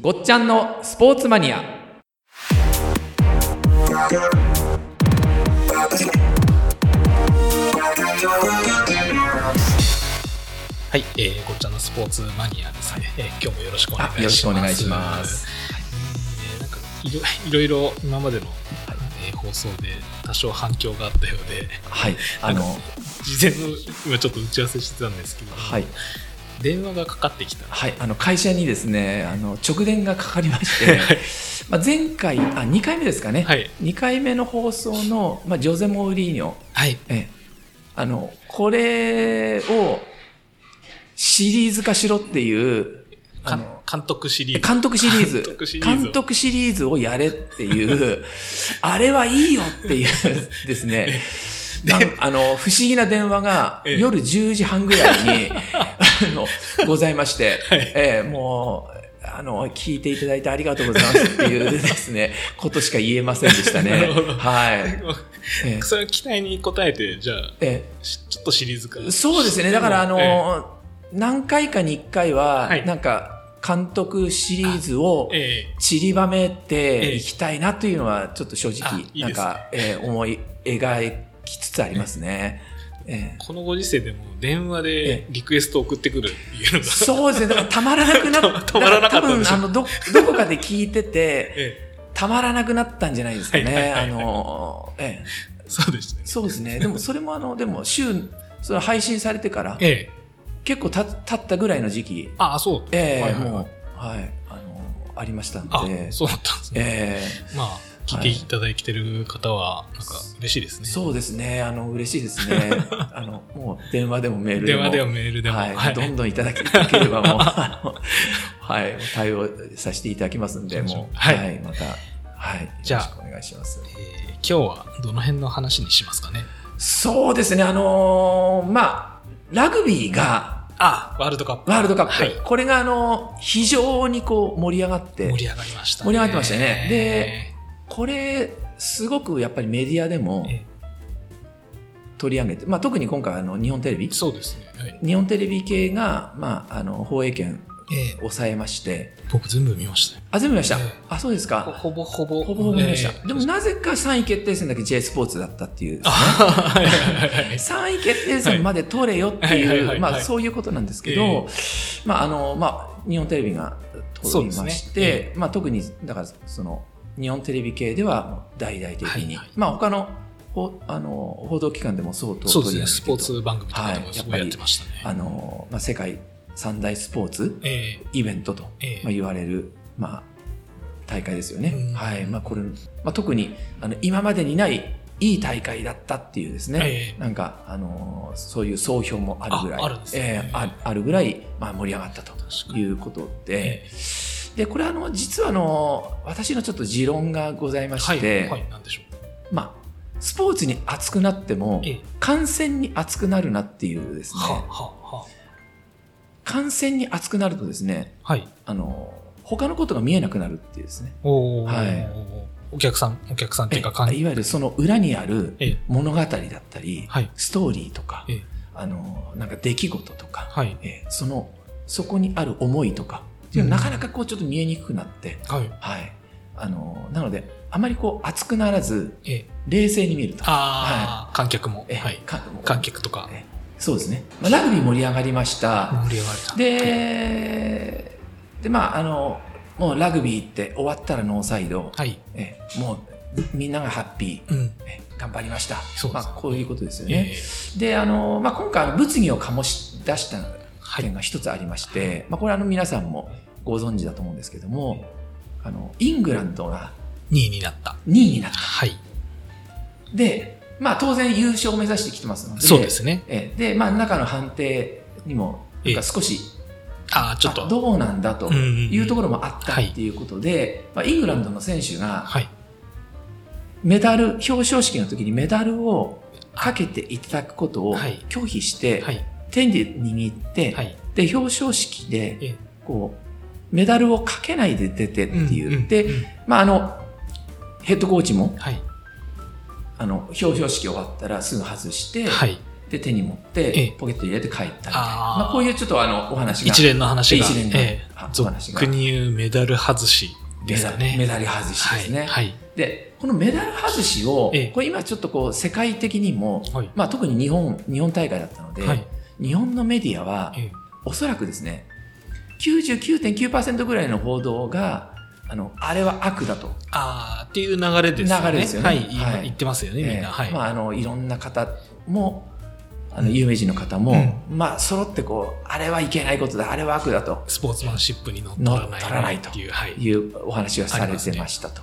ごっちゃんのスポーツマニアはい、えー、ごっちゃんのスポーツマニアですね、えー今日もよろしくお願いします。あよろしくお願いしますはい。えーなんかいろいろいろ今までの、えー放送で多少反響があったよ うで、はいあの事前の今ちょっと打ち合わせしてたんですけど、はい電話がかかってきた。はいあの会社にですねあの直電がかかりましてまあ前回あ2回目ですかね、はい2回目の放送の、まあ、ジョゼ・モーリーニョはい。ええあのこれをシリーズ化しろっていうあかの監督シリーズ。監督シリーズ。監督シリーズを監督シリーズをやれっていう、 あれはいいよっていうですね。なんあの、不思議な電話がええ夜10時半ぐらい に、あの、ございまして、ええもう、あの、聞いていただいてありがとうございますっていうですね、 ことしか言えませんでしたね。なるほどはい。 ええその期待に応えて、じゃあ、ええしちょっとシリーズ化。そうですね。だから、あの、え何回かに1回は、はいなんか、監督シリーズをえ、え散りばめていきたいなというのは、ちょっと正あ直、いいなんですねか、えー思い描きつつありますね。えーこのご時世でも電話でリクエストを送ってくるっていうのーが、そうですね。だからたまらなくなっ止まらな かっただら多でし分、ょあの、ど、どこかで聞いてて、 ええたまらなくなったんじゃないですかはいはいね。はいはあいの、えーそうですね。そうですね。でも、それもあの、でも、週、その配信されてから、ええ結構た、経ったぐらいの時期、ああ、そう。ええはいはいはいもう、はい、あの、ありましたんあ、で、そうだったんですね。ええまあ、聞いていただいてる方は、なんか嬉しいですね。そうですね。あの、嬉しいです ね。あの、もう電話でもメールで電も。話でもメールでも。はい。はいどんどんいただけいただければ もう、あの、はい、対応させていただきますんで、もう、はいまた、はい。じゃあよろしくお願いします。えー今日はどの辺の話にしますかね。そうですね。あのーまあ、ラグビーが、あ、ワールドカップ。ワールドカップ、はいこれがあの、非常にこう盛り上がって、盛り上がりました、盛り上がってましたねで、これ、すごくやっぱりメディアでもえ取り上げて、まあ特に今回あの、日本テレビーそうですね。はい日本テレビ系が、まあ、あの放映権えー抑えまして僕全部見ましたよ。あ全部見ました、ええあそうですほかほぼほぼ。ほぼほぼ見ました、えーでも、なぜか3位決定戦だけ J スポーツだったっていうあはいはいはいはい。 3位決定戦まで取れよってはいはいはいいはいうまあそういうことなんですけど、えまああのまあ、日本テレビが取りそうまですしねてえまあ、特にだからその日本テレビ系ではもう大々的に、はいはいまあ他のほあの報道機関でも相当そう取ですり上ね。げてスポーツ番組とかでもすごいやってましたね。あの、まあ、世界三大スポーツえイベントとーえーまあ、言われる、まあ、大会ですよね。うんはい。まあ、これ、まあ、特に、あの、今までにない、いい大会だったっていうですね。えーなんか、あのーそういう総評もあるぐらい。ああるんですねえーああるぐらい、まあ、盛り上がったと確かいに。うことで。えで、これ、あの、実は、あの、私のちょっと持論がございまーしはい、て、はい、なんでしょう。まあ、スポーツに熱くなってもえ、え感染に熱くなるなっていうですね。は、は、は。感染に熱くなるとですね、はい。あの、他のことが見えなくなるっていうですね。おお、はいお客さん、お客さんっていうか、ええいわゆるその裏にあるええ物語だったり、はい。ストーリーとか、ええあのなんか出来事とか、はい。ええそのそこにある思いとかっていうのはなかなかこうちょっと見えにくくなって、はい。はい、あのなのであまりこう熱くならずええ冷静に見ると、ああ、観客も。ええはい。か観客とかえ。そうですね、まあ、ラグビー盛り上がりました、盛り上がった。ででまああのもうラグビーって終わったらノーサイド、はい。ええもうみんながハッピーうん。ね頑張りました。そうでますあ、こういうことですよえね。えで、あの、まあ、今回、物議を醸し出したはい。点が一つありまして、まあ、これ、あの、皆さんもご存知だと思うんですけども、あの、イングランドが2位になった。 2位になっはい。て、で、まあ、当然優勝を目指してきてますので、そうで。すね。えで、まあ、中の判定にも、ええなんか少し、ああ、ちょっあと。どうなんだとうんうんうんいうところもあったっていうことで、まあ、イングランドの選手が、はい。メダル、表彰式の時にメダルをかけていただくことをはい拒否して、はい。手に握って、はい。で、表彰式で、ええこう、メダルをかけないで出てっていう。うんうんで、うんまあ、あの、ヘッドコーチも、はい。あの、表彰式終わったらすぐ外して、はい。で手に持っえてえポケットに入れて帰ったみたいな、あーまあ、こういうちょっとあのお話が一連の話が、一連のええはお話が俗に言うメダル外しでメすダかルね。メダル外しですね、はい。はい。でこのメダル外しを、ええこれ今ちょっとこう世界的にも、はいまあ、特に日本日本大会だったので、はい日本のメディアはええおそらくですね99.9%ぐらいの報道があのあれは悪だと、ああ、っていう流れですよね。流れですよねはい。今はい言ってますよね、みんな。はえい。ーまあ、あのいろんな方もあの有名人の方も、まあ揃ってこうあれはいけないことだあれは悪だとスポーツマンシップに乗っ取らない乗っ取らないとっていう。はい。いうお話がされてありまましたと。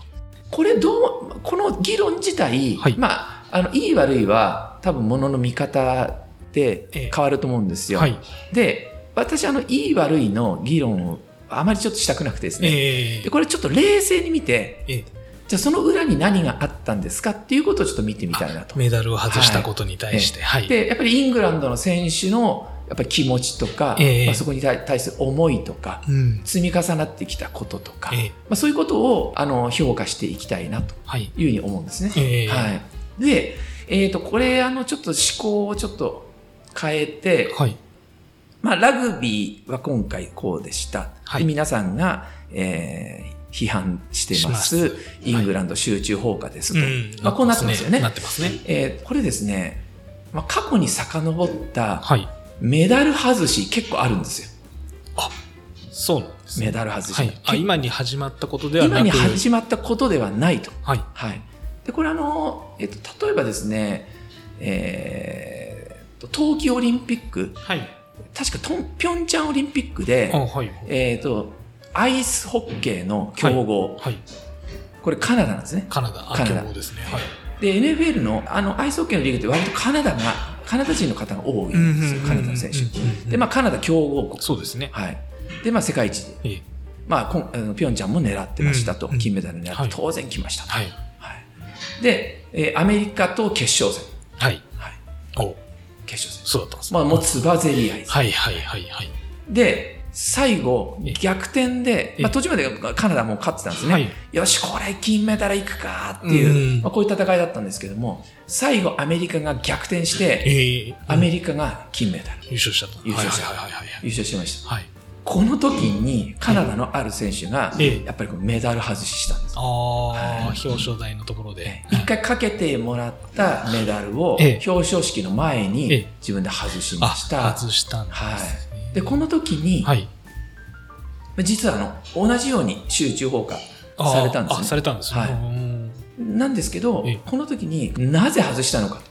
これどうこの議論自体、はいまあ、あのいい悪いは多分ものの見方でええ変わると思うんですよ。はい。で私あのいい悪いの議論をあまりちょっとしたくなくてですね、ええでこれちょっと冷静に見てええじゃあその裏に何があったんですかっていうことをちょっと見てみたいなと。メダルを外したことに対して、はい。でやっぱりイングランドの選手のやっぱり気持ちとか、ええまあ、そこに対対する思いとかうん。積み重なってきたこととか、ええまあ、そういうことをあの評価していきたいなとはい。いうふうに思うんですね。ええはい、で、えー、とこれあのちょっと思考をちょっと変えて、はい。まあ、ラグビーは今回こうでした、はいで皆さんが、えー批判してますしますイングランド集中放火ですと、うん。まあ、こうなってますよね。なってますね。えーこれですね、まあ、過去に遡ったはい。メダル外し結構あるんですよ。そうなんですね。メダル外し。はい。あ、今に始まったことではなく今に始まったことではないと。はい。はい。で、これあの、えっと、例えばですね、えー、と冬季オリンピック、はい。確かトンピョンチャンオリンピックあ、で、はい。えっ、と、アイスホッケーの強豪、はい。これカナダなんですね。カナダ、あ、カナ強ダ豪ですね。はい。で、NFL のあのアイスホッケーのリーグって割とカナダが、カナダ人の方が多いんですよ、カナダの選手。で、まあ、カナダ強豪国。そうですね。はい。で、まあ、世界一で、ええまあ、こんあのピョンチャンも狙ってましたと、うんうん金メダル狙はっいて当然来ましたと。はい。はい、で、えーアメリカと決勝戦。はい。はい、お、決勝戦。そうだったんですねまあ、もうつばぜり合い。はいはいはいはい。で、最後、逆転で、えまあ、途中までカナダも勝ってたんですね。はい。よし、これ金メダルいくかっていう、うんまあ、こういう戦いだったんですけども、最後アメリカが逆転して、ええアメリカが金メダル、優勝しちゃった。優勝しちゃったはいはいはいはい優勝しました。はい。はい。この時にカナダのある選手が、ええやっぱりこうメダル外ししたんです。ああ、はい表彰台のところでえ。一回かけてもらったメダルをええ表彰式の前えにえ自分で外しまあした。外したんですね。で、この時に、はい。実はあの同じように集中放火あーされたんですねあ、されたんですね。はいうーんなんですけどええ、この時になぜ外したのかと、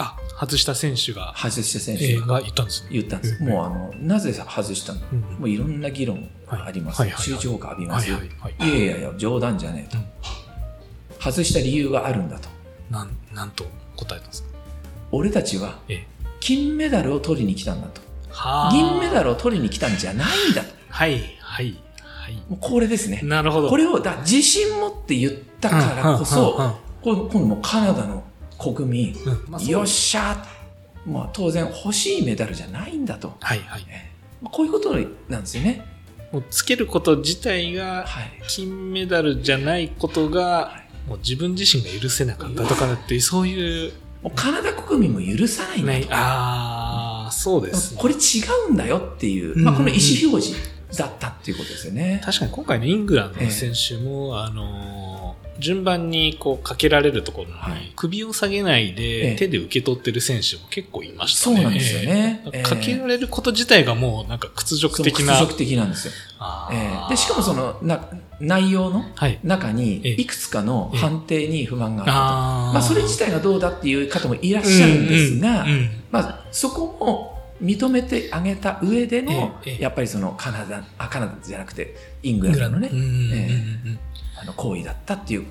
あ、外した選手が、外した選え手ーがが言ったんですね。言ったんです。ええもうあの、なぜ外したのうんもういろんな議論ありますはいはい。はい集中放火浴びまはいす。いはいはい。やいやいや、冗談じゃねえうんと。外した理由があるんだと。なん、なんと答えたんですか俺たちはええ金メダルを取りに来たんだと。はー銀メダルを取りに来たんじゃないんだと。はいはいはい。もうこれですね。なるほど。これれをだ自信持って言ったからこそ、こう今度もうカナダの国民、よっし。しゃーまあ当然欲しいメダルじゃないんだと。はいはい。まあこういうことなんですよね。もうつけること自体がはい。金メダルじゃないことが、もう自分自身が許せなかったとかって、そういう、もうカナダ国民も許さないんだねと。、ああ、そうです、ね。これ違うんだよっていう、うんまあ、この意思表示だったっていうことですよね。確かに今回のイングランドの選手も、あのー順番にこうかけられるところに、はい首を下げないえでえ手で受け取ってる選手も結構いましたそね。うなんですよね。ええかけえられること自体がもうなんか屈え辱的な。そう屈辱的なんですよ。あえーえでしかもそのな内容のはい。中にええいくつかの判定に不満があったと。あーまあ、それ自体がどうだっていう方もいらっしゃるんですが、うんうんうんまあ、そこも認めてあげた上での、ええええやっぱりそのカナダあカナダじゃなくてイングインラングドのランドね、ね。うんうんうんうんあの行為だったっていう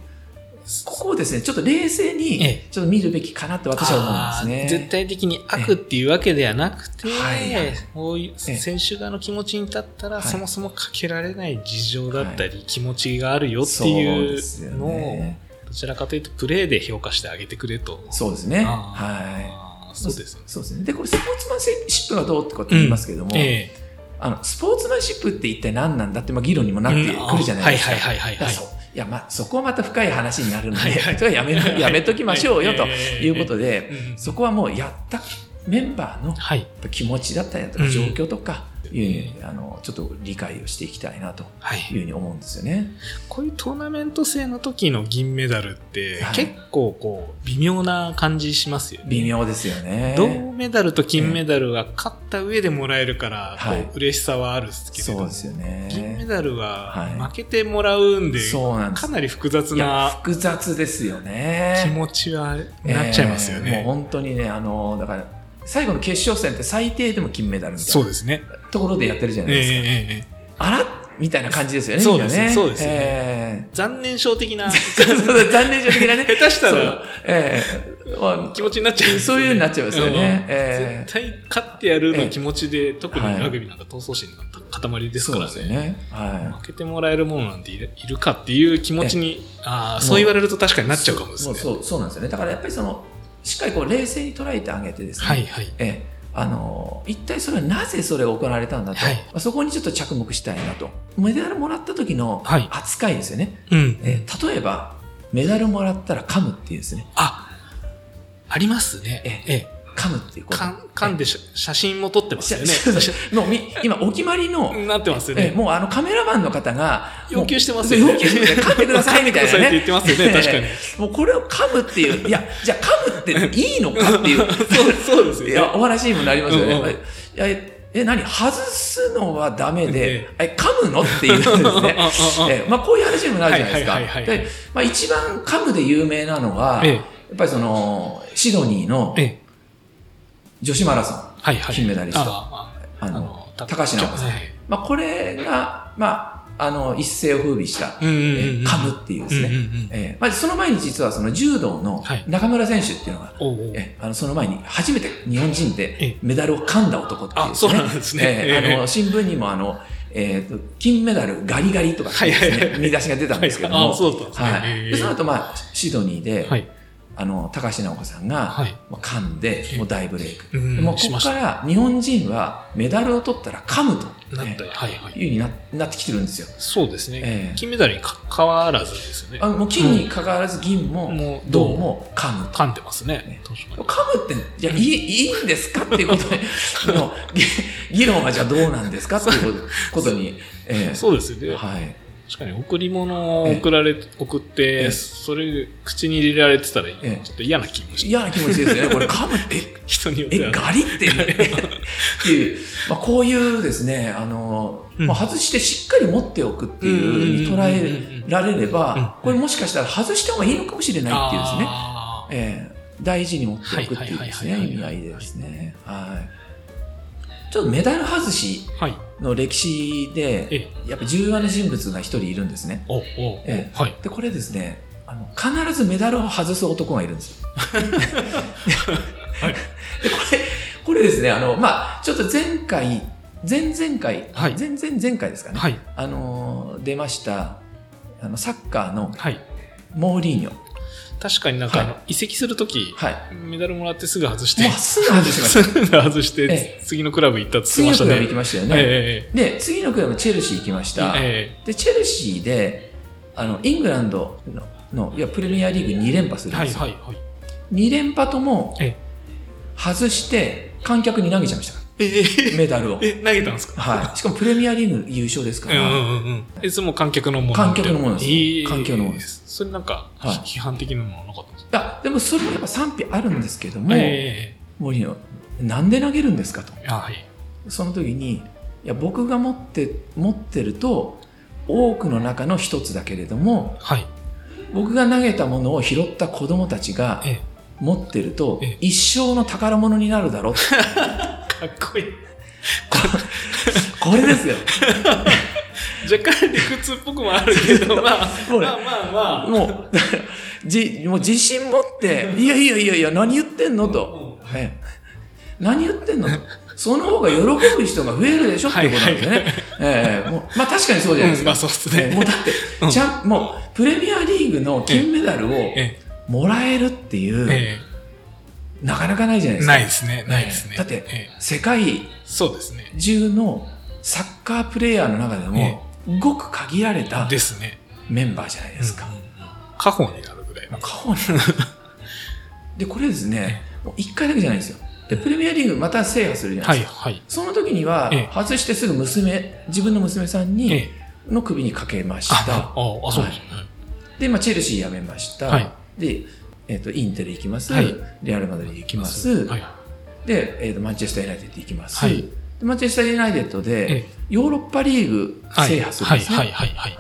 ここをですねちょっと冷静えにえちょっと見るべきかなって私は思うんであーすね。絶対的に悪っていうわけではなくて、ええはいはいこういうええ選手側の気持ちに立ったら、はいそもそもかけられない事情だったり、気持ちがあるよっていそうですうよのをねどちらかというとプレーで評価してあげてくれと。そうですね。は。はいそうですよね。そうですね。で、これスポーツマンシップがどうってこと言いますけども、えあの、スポーツマンシップって一体何なんだって、まあ、議論にもえなってくるじゃないですか。うんはいはいはいだかはいらそういや、まあ、そこはまた深い話になるので、はいはいそれはやめ、やめときましょうよ、はいはいということで、うんそこはもうやったメンバーのはい。気持ちだったりだとかうん状況とかいう、あのちょっと理解をしていきたいなとはいいうふうに思うんですよね。こういうトーナメント制の時の銀メダルってはい結構こう微妙な感じしますよね。微妙ですよね。銅メダルと金メダルは勝った上でもらえるから、こうはい嬉しさはあるんですけれどそうも、ですよ銀メね。ダルははい負けてもらうんで、そうなんですか。なり複雑いやな複雑ですよね。気持ちはなっちゃいますよえーね。もう本当にね、あのだから最後の決勝戦って最低でも金メダルみたそいうなですね。ところでやってるじゃえないえですか。ええええあらみたいな感じですよね。そうですねみんなそうですねえ 残念症的な、ーそうそうそう残念症的なね。 下手したそうら、ええま気持ちになっちゃいあ、ますそよういうねようになっちゃいますよね。うんえ絶対勝ってやるの気持ちで、特にラグビーなんか闘争心の塊えですからね。ね。は負けてもらえるものなんているいるかっていう気持ちに、あうあ、そう言われると確かにい。なっちゃうかもですね。そうそうそうなんですよね。だからやっぱりその、しっかりこう冷静に捉えてあげてですね。はいはい。ええあの一体それはなぜそれが行われたんだと、はいまあそこにちょっと着目したいなとメダルもらった時のはい扱いですよね、うん。ええ例えばメダルもらったら噛むっていうですねあ、ありますね。えええ。噛むっていうことかん、かんでし写真も撮ってますよね。そうそう もうみ今お決まりの、なってますよえね。もうあのカメラマンの方が要求してますよよね。要求してますよね噛んでくださいみ たいなね噛んでくださいって言ってますよね。もうもうこれを噛むっていういやじゃあ噛むっていいのかっていう確かに。そう、そうですよいね。やお話にもなりますよね、うんうんいやええ何外すのはダメでね、え噛むのっていうですね うんうんうんえまあ、こういう話にもなるじゃないですかはいはいはいはいで、まあ、一番噛むで有名なのは、ええやっぱりそのシドニーのええ。女子マラソン、はいはい。金メダリストああ、ああのの、た高橋尚子さんはいまあ、これが、まあ、あの一世を風靡した、うんうんうんうん。えー噛むっていうですね、うんうんうんえーまあ、その前に実はその柔道のはい中村選手っていうのが、おうおうえーあのその前に初めて日本人えでえメダルを噛んだ男っていうあそうなんですねえーええあの新聞にもあの、えーと金メダルガリガリとかっていうですね、はいはいはい見出しが出たんですけども、はいはいあそうだったんですねはいへえでその後、まあシドニーで、はい。あの高橋尚子さんが、はい。まあ、噛んでええもう大ブレイク、うんもうこしこましかたら日本人はメダルを取ったら噛むと、なったえり、はいはーい。いうふうにななってきてるんですよ。そうですね。ええ金メダルにか変わらずですよね。あのもう金に関わらず銀ももう銅も噛むと。噛んでますねね。確かに噛むって、じゃあいいいいんですかっていう ことでのぎ議論はじゃあどうなんですかっていうことに。ええそうですよね。はい。確かに贈り物をええ送られ、送っええて、それ口に入れられてたら、ちえょっと嫌な気もして、嫌な気持ちですよね。これ噛むって、 人によっえ、ては。ガリって、っていう、まあ、こういうですね、あの、うんまあ、外してしっかり持っておくっていうふうに捉えられれうんうんうんば、これもしかしたら外した方がいいのかもしれないっていうですね。あーええ大事に持っていくっていうですね、はいはいはい意味合はいいでですね。はい。ちょっとメダル外しはい。の歴史えで、え。やっぱ重要な人物が一人いるんですね。お、お、えおはい。で、これですね、あの必ずメダルを外す男がいるんですよ。はい で、これ、これですね、あの、まあ、ちょっと前回、前々回、はい前々前回ですかね、はい。あのー、出ました、あの、サッカーのはい。モーリーニョ。確かになんか、はいあの移籍するとき、はい。メダルもらってすぐ外してもう、すぐ外しました。すぐ外しえて、次のクラブ行ったって次言ってのましたクラブね行き。ましたよええね。えで、次のクラブ、チェルシー行きました。ええで、チェルシーで、あの、イングランドの、のいやプレミアリーグ2連覇すえるんはでいすよ。はいはい。 2連覇ともえ、外して、観客に投げちゃいましたかえ。ら、メダルをえ、投げたんですかはい。しかもプレミアリーグ優勝ですかうんうら、んうんうん。いつも観客のもの。観客のものですええ観客のものです。それなんか、はい批判的なものはなかったんですかあでもそれもやっぱ賛否あるんですけども、えモーリーニョなんで投げるんですかと。えあはい。その時に、いや、僕が持って、持ってると、多くの中の一つだけれども、はい。僕が投げたものを拾った子供たちがえ持ってるとええ、一生の宝物になるだろうかっこいい。 これですよ。若干理屈っぽくもあるけど、まあ、もうねまあまあまあ。もう、 だからじ、もう自信持 って、いやいやいやいや、何言ってんのと。うんええ何言ってんのと。その方が喜ぶ人が増えるでしょっていうことなんですよね。ええもうまあ確かにそうじゃないですうんまか。あそうですええね。もうだって、うんちゃん、もう、プレミアリーグの金メダルをえもらえるっていう、えなかなかないじゃないえですか。ないですね、ないですね。だってええ世界そうですね。中のサッカープレイヤーの中でも、ごく限られたですね。メンバーじゃないですか。うんうんうん家 宝になるぐらいの。顔にでこれですねもう1回だけじゃないんですよで、プレミアリーグまた制覇するじゃないはでいすか。はい。その時にはええ、外してすぐ娘、自分の娘さんに、ええの首にかけましあた。ああ、そうですね。で、まあ、チェルシー辞めました。はいで、えっ、と、インテル行きます。はいレアル・マドリード行きまはす。い。はい。で、えっ、と、マンチェスター・ユナイテッド行きます。はいでマンチェスター・ユナイテッドで、ええヨーロッパリーグ制覇するんはでいすね。はいはいはい。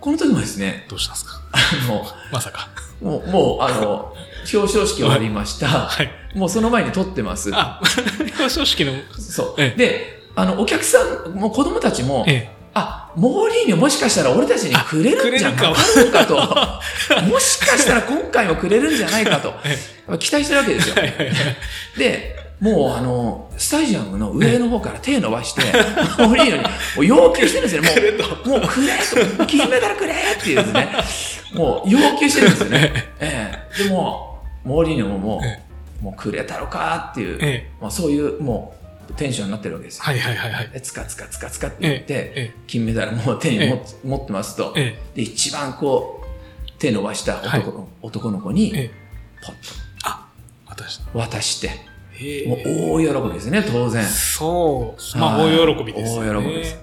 この時もですね、どうしたんですかあの、ま さか。もう、もう、あの、表彰式終わりました。はい。もうその前に撮ってます。あ、表彰式の、そう。ええで、あの、お客さん、もう子供たちも、えあ、モーリーニョもしかしたら俺たちにくれるんじゃないあかと。 もしかしたら今回もくれるんじゃない かと。期待してるわけですよえ。。はいはいはい。で、もうあの、スタジアムの上の方から手伸ばして、モーリーニョに、もう要求してるんですくよね。れと。もう、もうくれと、金メダルくれっていうですね。もう要求してるんですよね。 ええ、でも、モーリーニョももえう、もうくれたろかっていう、ええ。まあ、そういうもうテンションになってるわけですよ。はいはいはいはい。でつかつかつかつかって言って、え金メダルも手に持,、持ってますと、えで一番こう手伸ばした男,、男の子にええポッ私。と渡して、へえもう大喜びですね当 然。そう。まあ、はい大喜びですよね。大喜びですはい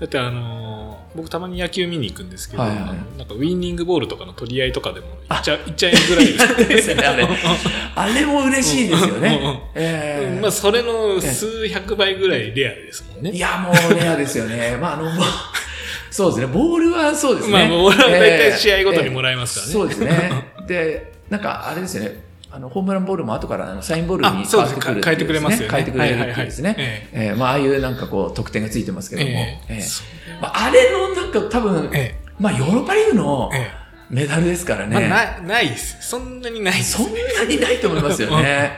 だってあのー僕たまに野球見に行くんですけど、はいはいあのなんかウィニングボールとかの取り合いとかでもいっちゃいっちゃえぐらいですですねあれあれも嬉しいですようんうんうんね。 ええまあそれの数百倍ぐらいレアですもんね。いやもうレアですよね。 まああのもうそうですねボールはそうですね。まあもう大え体え試合ごとにもらえますからね。そうです ね。で、なんかあれですよね。あのホームランボールも後からあのサインボールにあ、変そうわでっすてね。くるかっていうですね、変えてくれますよね。変えてくれるってはいいうはでいすね。ええーまあ、ああいうなんかこう、得点がついてますけえども。えええーそうまあ、あれのなんか多分、えまあ、ヨーロッパリーグのええメダルですからえまあね。なないです。そんなにないです。そんなにないと思いますよね。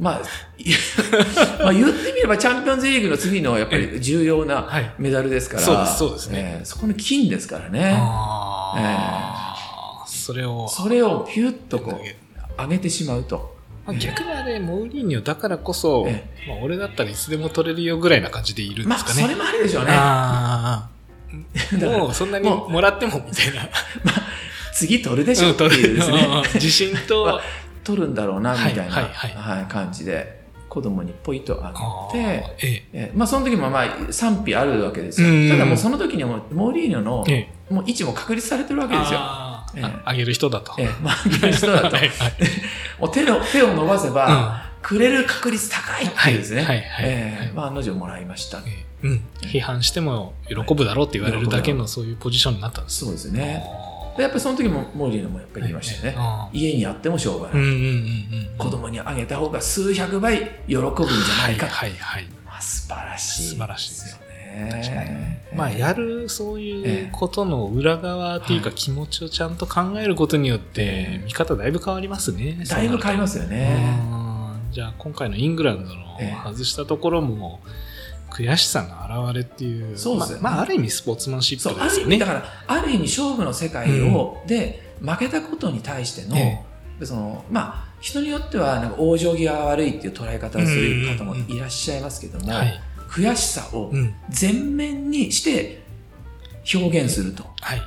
まあ、 いまあ言ってみればチャンピオンズリーグの次のやっぱり重要なはい。メダルですから、そうですそうですねえーそこの金ですからね。ああ、それを。それをピュッとこう、上げてしまうと。まあ、逆にあれ、モーリーニョだからこそ、えまあ、俺だったらいつでも取れるよぐらいな感じでいるんでまあ、すかそね。れもあるでしょうね。ああ だからもうそんなにももらってもみたい な。次取るでしょって取いうるですね。自信と、取るんだろうな、みたいな、はいははいはいい感じで、子供にポイとあげあて、ーええまあ、その時もまあ、賛否あるわけですうんよ。ただもうその時にはもう、モーリーニョのえ、ええもう位置も確立されてるわけですよ。あーええああげる人だと。ええ、まあ、あの人だとは。いはいもう手の、手を伸ばせうんば、くれる確率高いっていうですはいね。はいはえいえまあ、案の定もらいました。ええうん批判しても喜ぶだろうって言われるだけのそういうポジションになったんですそうですねね。。でやっぱりその時も、モーリーニョもやっぱり言いましたよね。ね。家にあってもしょうがない。うんうんうんうん。子供にあげた方が数百倍喜ぶんじゃないか、はいはいはい。まあ、素晴らしい素晴らしいですよ確かにね。まあ、ええやるそういえうえことの裏側っていうかは気持ちをちゃんと考えることによってええ見方だいぶ変わりますね。だいぶ変わりますよね。うんじゃあ今回のイングランドのええ外したところも悔しさの表れっていうそうですよねまあまあある意味スポーツマンシッそうプあでするよ意味ねだ。からある意味勝負の世界を、で負けたことに対しての,、えそのまあ人によってはなんか往生際が悪いっていう捉え方をする方もいらっしゃいますけども、えはい悔しさをうん全面にして表現すると、はい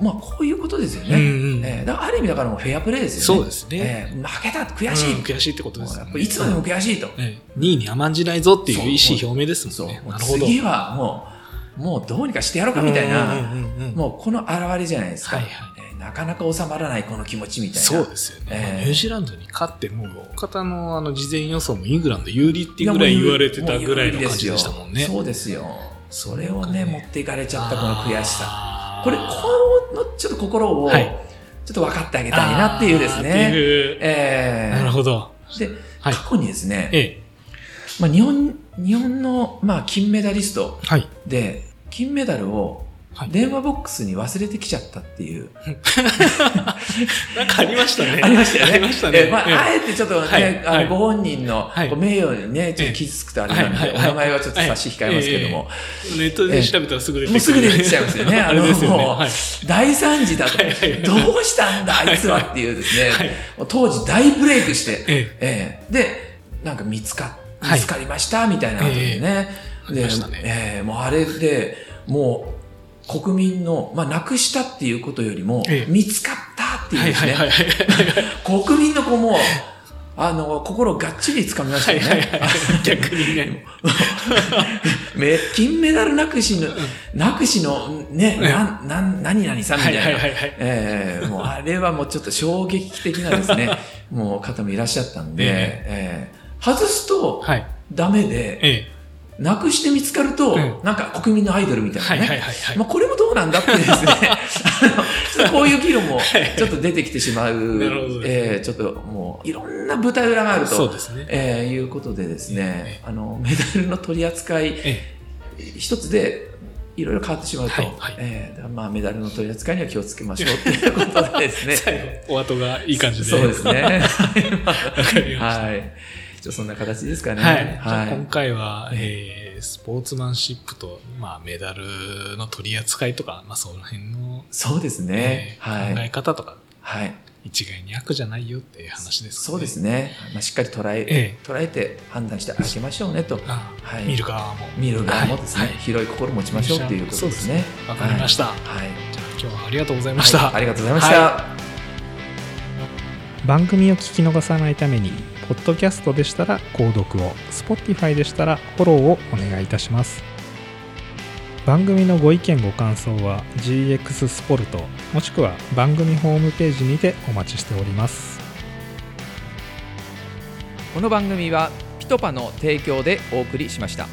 まあこういうことですようんね。うんええだからある意味だからもうフェアプレーですよそね。うですね。ええ負けた悔しい、うん悔しいってことですもうやよっねぱりいつまでも悔しいと、ええ2位に甘んじないぞっていう意そう思表明ですそうもんね。もうなるほど。次はもうもうどうにかしてやろうかみたいな、うんうんうんうんもうこの表れじゃないですか、はいはいえーなかなか収まらないこの気持ちみたいなそうですよね、ええニュージーランドに勝ってもう方のあの事前予想もイングランド有利っていうぐらい言われてたぐらいの感じでしたもんね。うそうですよそれをなねんかね持っていかれちゃったこの悔しささこれこのちょっと心を、はいちょっと分かってあげたいなっていうですねえなるーほど。で、はい過去にですね、えまあ、日本日本の、まあ、金メダリストえ、はい。で金メダルをはい電話ボックスに忘れてきちゃったっていうなんかありましたね。ありましたよね。ありましたね。えーまあ、ええあえてちょっとね、はいあはいのご本人の、はいこう名誉にね、ちょっと傷つくとあれなんで、はいはいはいお名前はちょっと差し控えますけども、ネットで調べたらすぐ出てくる。もうすぐ出てきちゃいますよ ね。ああれの、ですよね。もう、はい。大惨事だと、はいはいどうしたんだ、あいつはっていうですね、はいもう当時大ブレイクして、ええええで、なんか見つか、はい見つかりました、みたいなことでね。えでありましたねええもうあれで、もう、国民の、まあ、なくしたっていうことよりも、ええ見つかったっていうはいですはね、いはいはい。国民のこうもう、あの、心をがっちり掴みましたはよいね。はいはい。逆にね。 め金メダルなくしの、なくしの、ね、な、な、何々さんみたはいいな。はいはいはい。ええもうあれはもうちょっと衝撃的なですね、もう方もいらっしゃったんで、えええ外すとはい。ダメで、えなくして見つかると、うんなんか国民のアイドルみえ。たいはいなはね。いはいはい。まあ、これもどうなんだってですね、あの ちょっとこういう議論もちょっと出てきてしまう、なるほどええちょっともういろんな舞台裏があると、そうですね。えーいうことでですねえ、あのメダルの取り扱いえ一つでいろいろ変わってしまうと、はいはいえーだからまあ、メダルの取り扱いには気をつけましょうっていうことでですえね。 最後、お後がいい感じで。そうです ね。わかりました。はい。じゃあそんな形ですかね。はい。じゃあは今回は、えー、スポーツマンシップと、まあ、メダルの取り扱いとか、まあ、その辺の、そうですね。えー考はい。え方とか、はい。一概に悪じゃないよっていう話です、そうです。ね。まあ、しっかり捉え、え捉えて判断してあげましょうねと。あはい。見る側も。見る側もですね、はいはい広い心を持ちましょうっていうことですね。わかりました。はい。はいじゃあ今日はありがとうございました。はいありがとうございました。番組を聞き逃さないためにポッドキャストでしたら購読を Spotify でしたらフォローをお願いいたします番組のご意見ご感想は GX スポルトもしくは番組ホームページにてお待ちしておりますこの番組はピトパの提供でお送りしました。